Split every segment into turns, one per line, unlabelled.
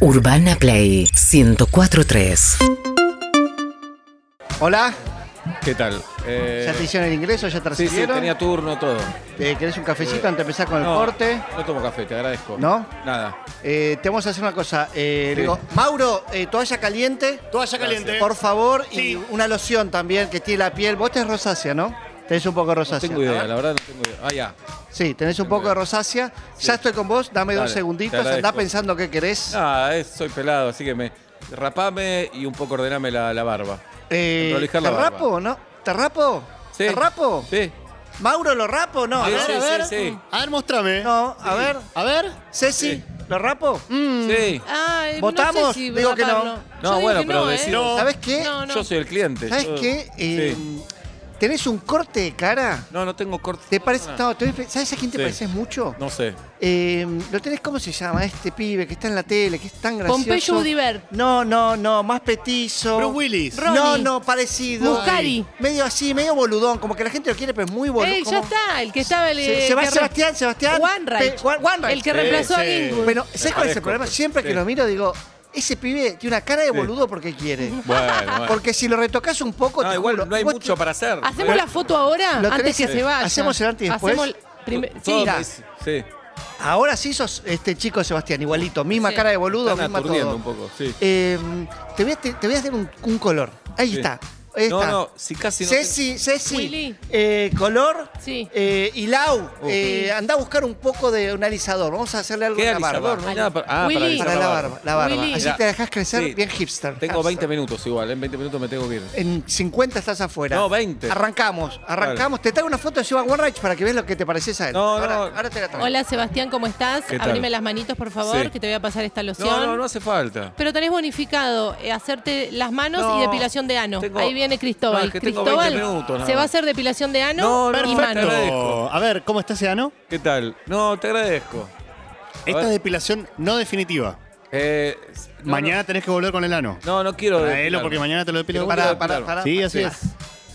Urbana Play 1043.
Hola,
¿Qué tal? Eh,
¿ya te hicieron el ingreso? ¿Ya te
sí, sí,
recibieron?
tenía turno, todo.
Eh, ¿Querés un cafecito antes de empezar con el corte?
No tomo café, te agradezco.
¿No?
Nada.
Eh, te vamos a hacer una cosa. eh,
Sí.
digo, Mauro, eh, toalla caliente,
Toalla caliente.
por favor, y
Sí.
una loción también que tiene la piel. Vos tenés rosácea, ¿no? Tenés un poco de rosácea.
tengo idea, la verdad no tengo idea. Ah, ya.
Sí, tenés un poco de rosácea. Ya estoy con vos, dame dos
Dale, te
segunditos,
agradezco.
andá pensando qué querés.
Nada, es- soy pelado, así que me rapame y un poco ordename la, la barba.
Eh, ¿Te
prolijar la barba.
rapo, no? ¿Te rapo?
Sí.
¿Te rapo?
Sí.
¿Mauro lo rapo? No, a
Sí,
ver,
sí,
a
sí,
ver.
sí.
A ver, mostrame.
No, a ver.
A ver.
Ceci,
Sí.
¿lo rapo?
Mm.
Sí.
Ay,
¿Votamos?
No sé si
Digo
va
que no.
Pablo.
No,
Yo digo
bueno,
que
pero
no, ¿eh?
decí-
No.
¿Sabes qué?
No, no.
Yo soy el cliente.
¿Sabes
Yo-
qué? Eh,
Ah, Sí.
¿Tenés un corte de cara?
No, no tengo corte.
¿Te parece?
No,
No, te voy a- ¿Sabes a quién te
Ah. Sí.
pareces mucho?
no sé.
Eh, ¿Lo tenés cómo se llama? Este pibe que está en la tele, que es tan gracioso.
Pompeyo Udibert.
No, no, no, más petizo.
Bruce Willis.
Ronnie.
No, no, parecido.
Muscari.
Medio así, medio boludón, como que la gente lo quiere, pero es muy boludo.
Eh, ya
como-
está, el que estaba el.
Se-
eh,
se va
que re-
Sebastián, Sebastián.
Wainwright.
Pe- Wa- Wainwright.
El que
Sí,
reemplazó a
sí.
Gilwood.
Bueno, ¿sabes cuál es el
parezco,
problema?
pero-
Siempre que
pues. sí.
lo miro digo, ese pibe tiene una cara de boludo porque quiere.
Bueno, bueno.
Porque si lo retocas un poco,
No,
te
igual
juro,
no hay
vos
mucho para hacer.
¿Hacemos la foto ahora?
¿Lo
Antes
tenés?
que
Sí.
se vaya.
¿Hacemos el antes y después?
Hacemos el primer-
Todo
Sí,
mira.
me- Sí.
Ahora sí sos este chico Sebastián, igualito, misma
Sí.
cara de boludo,
Están
misma
aturdiendo
todo.
un poco, sí.
Eh, te, voy a, te, te voy a hacer un, un color. Ahí
Sí.
está. Ahí
No,
está.
no, si casi no.
Ceci, Ceci,
Willy.
eh, color
Sí.
eh, y Lau,
Uh.
eh, anda a buscar un poco de un alizador. Vamos a hacerle algo
¿Qué
en la barba.
alisador? No hay nada para. Ah,
Willy.
Para
alisar
la barba, la barba.
Willy.
Así
Mirá,
te dejas crecer
sí.
bien hipster.
Tengo
Hipster.
20 minutos igual, en 20 minutos me tengo que ir.
En 50 estás afuera.
No, 20.
Arrancamos, arrancamos. Te traigo una foto de Siobhan Warreich para que veas lo que te pareces a él.
No,
ahora,
no.
ahora te la traigo.
Hola, Sebastián, ¿cómo estás?
¿Qué tal?
Abrime las manitos, por favor,
Sí.
que te voy a pasar esta loción.
No, no, no hace falta.
Pero tenés bonificado eh, hacerte las manos
No,
y depilación de ano.
tengo-
Ahí viene Cristóbal.
No, es que tengo
Cristóbal
20 minutos nada
se va a
más.
hacer depilación de
No,
ano
no,
y
perfecto.
mano.
Agradezco.
A ver, ¿cómo está ese ano?
¿Qué tal? No, te agradezco.
Esta
ver.
es depilación no definitiva.
Eh, s- no,
mañana tenés que volver con el ano.
No, no, no quiero.
Traelo
depilarme.
porque mañana te lo depilo.
Pero
Pará,
Claro,
pará,
claro.
pará.
Sí, así
Mirá.
es.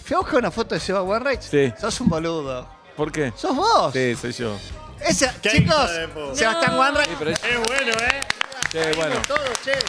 Fui a buscar una foto de Seba Warreich.
Sí.
Sos un boludo.
¿Por qué?
Sos vos.
Sí, soy yo.
Ese-
Qué
chicos,
hijo de puta.
Sebastián
No.
Warreich.
Sí, pero es-
Es bueno, ¿eh?
sí, bueno,
Todo, che.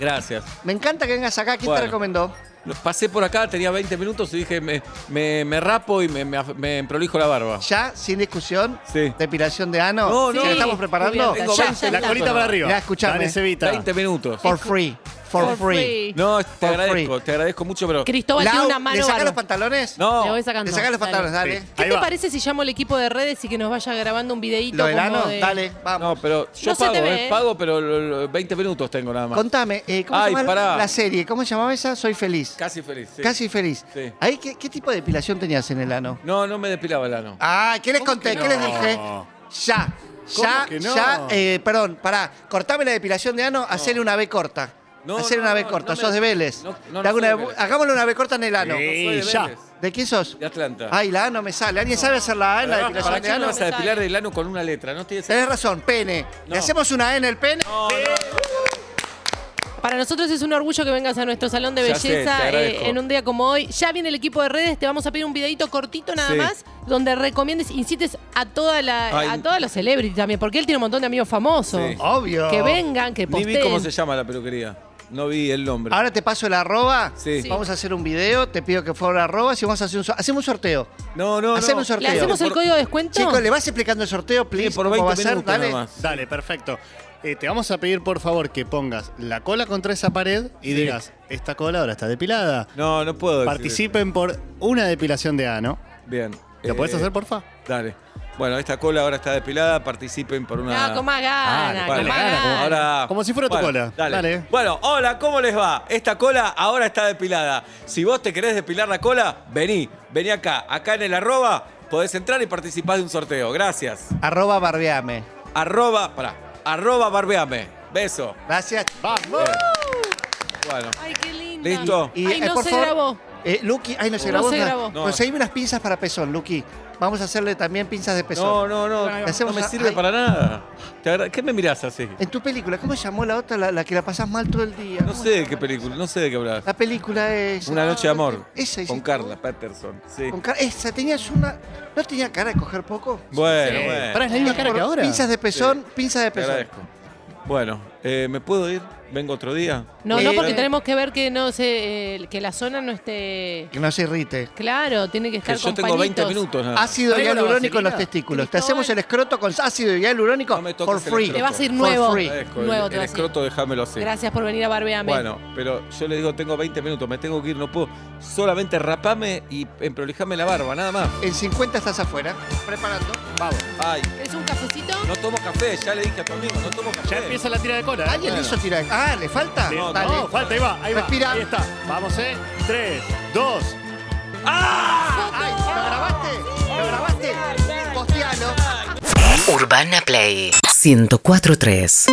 gracias.
Me encanta que vengas acá. ¿Quién te
Bueno.
recomendó?
Lo- Pasé por acá, tenía 20 minutos y dije, me, me, me rapo y me, me, af- me prolijo la barba.
Ya, sin discusión.
Sí.
Depilación de ano.
No,
¿Se
no.
la estamos
Sí,
preparando?
cubierta.
Tengo
Ya,
20
ya
La
está.
colita para arriba.
Ya, escuchame.
Dale, Cevita.
20 minutos.
For free. For,
For
free.
free.
No, te
For
agradezco,
free.
te agradezco mucho, pero.
Cristóbal tiene
Lau,
una mano
¿Le sacás los
bárbara.
pantalones?
No,
Le voy sacando.
¿Le sacás los
Dale.
pantalones? Dale.
Sí.
¿Qué
Ahí
te
va.
parece si llamo al equipo de redes y que nos vaya grabando un videíto?
¿Lo del
como
ano?
de-
Dale, vamos.
no, pero yo
No se te
pago,
ve,
eh,
¿eh?
pago, pero lo- lo- 20 minutos tengo nada más.
Contame, eh, ¿cómo se
Ay,
llama
pará.
la serie? ¿Cómo se llamaba esa? Soy feliz.
Casi feliz. sí.
Casi feliz.
Sí.
Ahí, ¿qué, qué tipo de depilación tenías en el ano?
No, no me depilaba el ano.
Ah, ¿qué les conté? ¿Qué les
no?
dije? Ya, ya,
que no?
ya. eh, perdón, pará. Cortame la depilación de ano, hacele una B corta.
No,
hacele
no,
una B
no,
corta.
no me-
sos de Vélez.
No, no, no
Te hago
soy
una-
de Vélez.
Hagámosle una B corta en el ano.
Sí.
Soy de
ya.
Vélez,
¿De quién sos?
De Atlanta.
Ay, la A no me sale. ¿Alguien sabe hacer la A en la
Ah,
depilación
¿Para
de
qué no
ano?
vas a depilar el ano con una letra? No tiene
Tenés
sentido.
razón, pene.
No.
¿Le hacemos una A en el pene?
No, no,
Para nosotros es un orgullo que vengas a nuestro salón de
Ya sé,
belleza eh,
te agradezco.
en un día como hoy. Ya viene el equipo de redes, te vamos a pedir un videito cortito nada
Sí.
más, donde recomiendes, incites a toda la,
Ay.
a todos los celebrities también, porque él tiene un montón de amigos famosos.
Oh,
Sí.
Obvio.
Que vengan, que
Ni
posteen.
vi cómo se llama la peluquería. No vi el nombre.
Ahora te paso el arroba.
Sí. Sí.
Vamos a hacer un video. Te pido que fuera arroba. Si vamos a hacer un, so- hacemos un sorteo.
no, no, no.
hacemos un sorteo.
¿Le hacemos el
Por-
código de descuento?
Chicos, ¿le vas explicando el sorteo, please?
Sí, por
¿Cómo
20
va a
minutos
ser?
nada
Dale.
más.
Dale, perfecto. Eh, te vamos a pedir, por favor, que pongas la cola contra esa pared y digas, esta cola ahora está depilada.
No, no puedo. decir
Participen por una depilación de ano.
eso. Bien.
¿Lo
Eh,
podés hacer, porfa?
Dale. Bueno, esta cola ahora está depilada. Participen por una. Ah,
No, con más gana,
Vale,
con más
dale,
gana.
ahora-
Como si fuera tu
Bueno,
cola.
Dale.
Dale.
Bueno, hola, ¿cómo les va? Esta cola ahora está depilada. Si vos te querés depilar la cola, vení. Vení acá. Acá en el arroba podés entrar y participás de un sorteo. Gracias.
Arroba barbeame.
Arroba, pará. Arroba barbeame. Beso.
Gracias.
¡Vamos!
Bueno.
Ay, qué lindo.
Listo.
Ay,
eh,
no se grabó.
eh, Luqui, ay, no se
No
grabó.
se
nada.
grabó.
No.
Conseguime unas pinzas para pezón, Luqui. Vamos a hacerle también pinzas de pezón.
No, no, no.
Le hacemos
No me
a-
sirve
ay.
para nada. Te agra- ¿Qué me mirás así?
En tu película, ¿cómo se llamó la otra, la, la que la pasás mal todo el día?
No
¿Cómo
sé de qué película, no sé de qué hablas.
La película es. Ah,
Una noche de amor.
Esa
Con
hiciste.
Carla Patterson. Sí.
Con cara- esa, tenías una. ¿No tenía cara de coger poco?
Bueno,
Eh,
bueno.
pará, es la misma cara que ahora.
Pinzas de pezón, pinzas de
Te
pezón.
agradezco. Bueno, eh, ¿me puedo ir? ¿Vengo otro día?
No, no,
Eh,
porque
eh.
tenemos que ver que no se, eh, que la zona no esté.
Que no se irrite.
Claro, tiene que
Que
estar
yo
con
tengo 20
pañitos.
minutos nada. más.
Ácido
¿Traigo la
hialurónico en los
vaselina?
testículos. Te
Cristóbal.
hacemos el escroto con ácido hialurónico
No me toques
for
el
free.
Te vas a ir
For
nuevo.
free.
Agradezco,
Nuevo
el,
te
el
vas a ir.
escroto, déjamelo así.
Gracias por venir a barbearme.
Bueno, pero yo le digo, tengo 20 minutos, me tengo que ir, no puedo. Solamente rapame y emprolijame la barba, nada más.
En 50 estás afuera. Preparando. Vamos.
Ay,
¿Querés un cafecito?
no tomo café, ya le dije a tu amigo, no tomo café.
Ya empieza la tira de cola. ¿eh?
¿Alguien le
Bueno.
hizo tirar? Ah, ¿le falta?
No,
Dale.
No, falta, ahí va, ahí va.
Respira.
Ahí está. Vamos, eh. Tres, dos.
Ay, ¿Lo grabaste? ¿Lo grabaste? Postealo.
Urbana Play 104.3